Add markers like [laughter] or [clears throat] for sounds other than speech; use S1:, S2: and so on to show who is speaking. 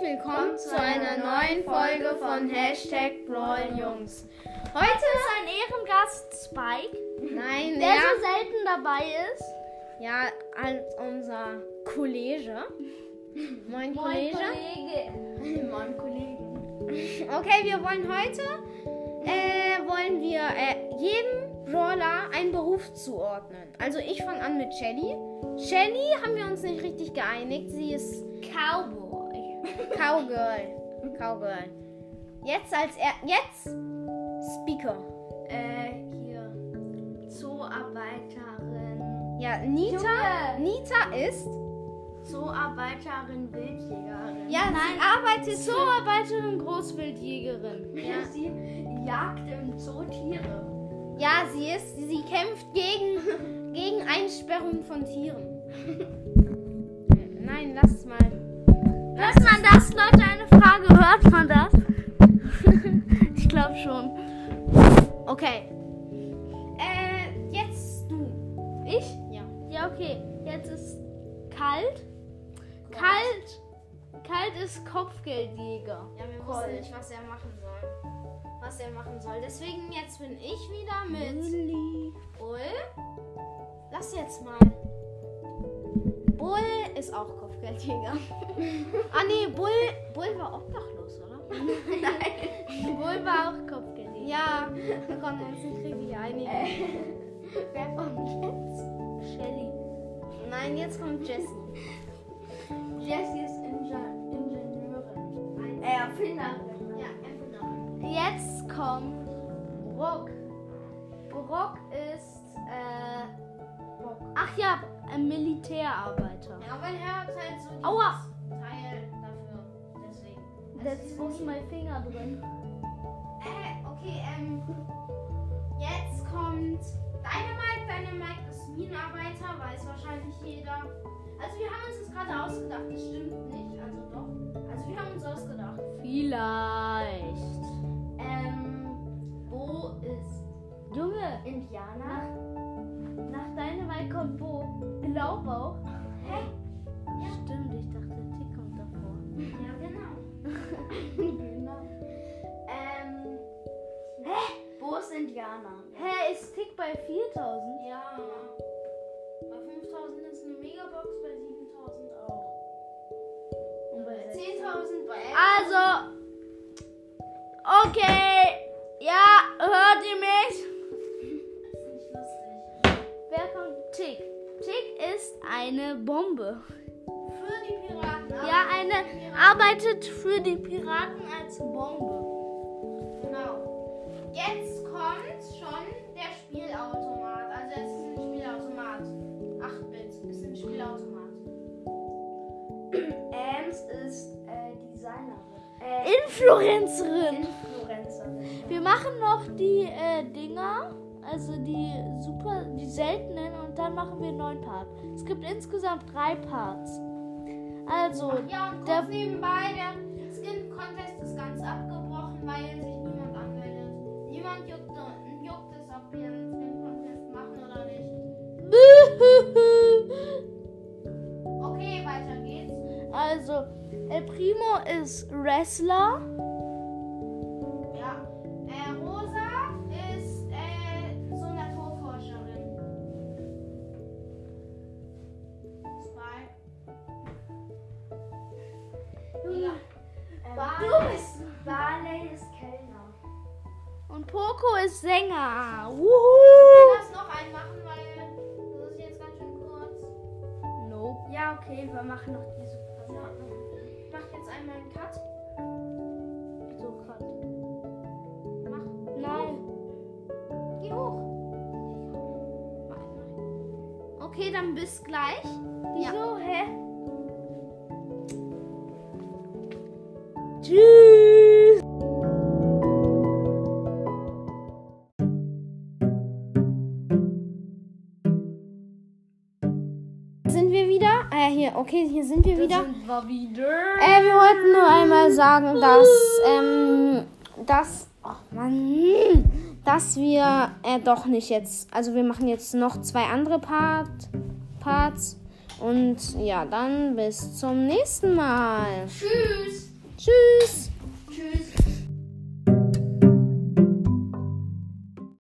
S1: willkommen zu einer neuen Folge von Hashtag Brawl Jungs. Heute
S2: ist ein Ehrengast Spike,
S1: Nein,
S2: der
S1: ja,
S2: so selten dabei ist.
S1: ja, als unser Kollege. Mein
S2: Moin,
S1: Kollege.
S2: Kollege. Moin, Kollegen.
S1: Okay, wir wollen heute, äh, wollen wir äh, jedem Brawler einen Beruf zuordnen. Also ich fange an mit Shelly. Shelly haben wir uns nicht richtig geeinigt. Sie ist
S2: Cowboy.
S1: Cowgirl. Cowgirl. Jetzt als er. Jetzt Speaker.
S2: Äh, hier. Zooarbeiterin.
S1: Ja, Nita.
S2: Junge.
S1: Nita ist.
S2: Zooarbeiterin, Wildjägerin.
S1: Ja, sie arbeitet.
S2: Zooarbeiterin, Großwildjägerin.
S1: Ja.
S2: Sie jagt im Zoo Tiere.
S1: Ja, sie ist. Sie kämpft gegen, gegen Einsperrung von Tieren. Nein, lass mal.
S2: Hört man das, Leute? Eine Frage. Hört man das? [laughs] ich glaube schon.
S1: Okay. Äh, jetzt du.
S2: Ich?
S1: Ja.
S2: Ja, okay. Jetzt ist kalt. Kalt. Kalt ist Kopfgeldjäger.
S1: Ja, wir
S2: Cool.
S1: wussten nicht, was er machen soll. Was er machen soll. Deswegen jetzt bin ich wieder mit
S2: Milli.
S1: Bull. Lass jetzt mal. Bull ist auch Kopfgeldjäger.
S2: [laughs]
S1: ah nee, Bull, Bull war obdachlos,
S2: [laughs]
S1: oder?
S2: Wohl war auch Kopfgeldjäger.
S1: Ja, wir konnten uns nicht richtig einigen.
S2: Äh. Wer kommt jetzt? Shelly.
S1: Nein, jetzt kommt Jessie.
S2: Jessie ist Ingenieurin. Äh, Erfinderin.
S1: Ja, Erfinderin.
S2: Jetzt kommt Brock. Brock ist, äh, Ah. ach ja, ein Militärarbeiter.
S1: Ja, weil er hat halt so dieses
S2: Aua!
S1: Teil dafür. Deswegen. Also
S2: That's
S1: diesen-
S2: aus mein Finger drin.
S1: Äh, okay, ähm. Jetzt kommt Dynamite. Dynamite ist Minenarbeiter, weiß wahrscheinlich jeder. Also, wir haben uns das gerade ausgedacht. Das stimmt nicht. Also, doch. Also, wir haben uns ausgedacht.
S2: Vielleicht.
S1: Ähm. Bo ist
S2: Junge,
S1: Indianer.
S2: nach, nach Dynamite kommt Bo. Blaubauch.
S1: Hä?
S2: Stimmt, ich dachte, Tick kommt davor.
S1: Ja, genau. genau. Ähm. Hä? Bo ist Indianer.
S2: Hä, ist Tick bei 4000?
S1: Ja. Bei 5000 ist eine Megabox, bei 7000 auch.
S2: Und bei
S1: Bei 10.000, bei 11.000.
S2: Also, okay. Ja, hört ihr mich?
S1: Ist nicht lustig.
S2: Wer kommt? Tick. Tick ist eine Bombe.
S1: Für die Piraten.
S2: Ja, eine arbeitet für die Piraten als Bombe.
S1: Genau. Jetzt kommt schon der Spielautomat. Also es ist ein Spielautomat. 8-Bit ist ein Spielautomat. [clears throat] Ems ist äh, Designerin. Äh,
S2: Influencerin.
S1: Influencerin.
S2: Wir machen noch die äh, Dinger, also die super, die seltenen und dann machen wir einen neuen Part. Es gibt insgesamt drei Parts. Also,
S1: Ach ja, und
S2: Der-
S1: kurz nebenbei, der Skin-Contest ist ganz abgebrochen, weil sich niemand anmeldet. Niemand juckt, äh, juckt es, ob wir einen Skin-Contest machen oder nicht. Okay, weiter geht's.
S2: also El Primo ist Wrestler.
S1: Ja. Äh, Rosa ist äh, so Naturforscherin. Zwei. Ja.
S2: Du
S1: bist. Barley ist Kellner.
S2: Und Poco ist Sänger.
S1: Ich
S2: Wuhu!
S1: kann das noch einmachen, weil das ist jetzt ganz schön kurz.
S2: Nope.
S1: Ja, okay, wir machen noch diese Ich mach jetzt einmal einen Cut.
S2: So Gott.
S1: Mach.
S2: Nein.
S1: Geh hoch. Mach, mach. Okay, dann bis gleich.
S2: Wieso? Hä? Tschüss.
S1: Sind wir wieder? Äh, hier, okay, hier sind wir wieder.
S2: sind wir wieder.
S1: Äh, wir wollten nur einmal sagen, dass, ähm, dass, oh Mann, dass wir, äh, doch nicht jetzt, also wir machen jetzt noch zwei andere Part, Parts und ja, dann bis zum nächsten Mal. Tschüss.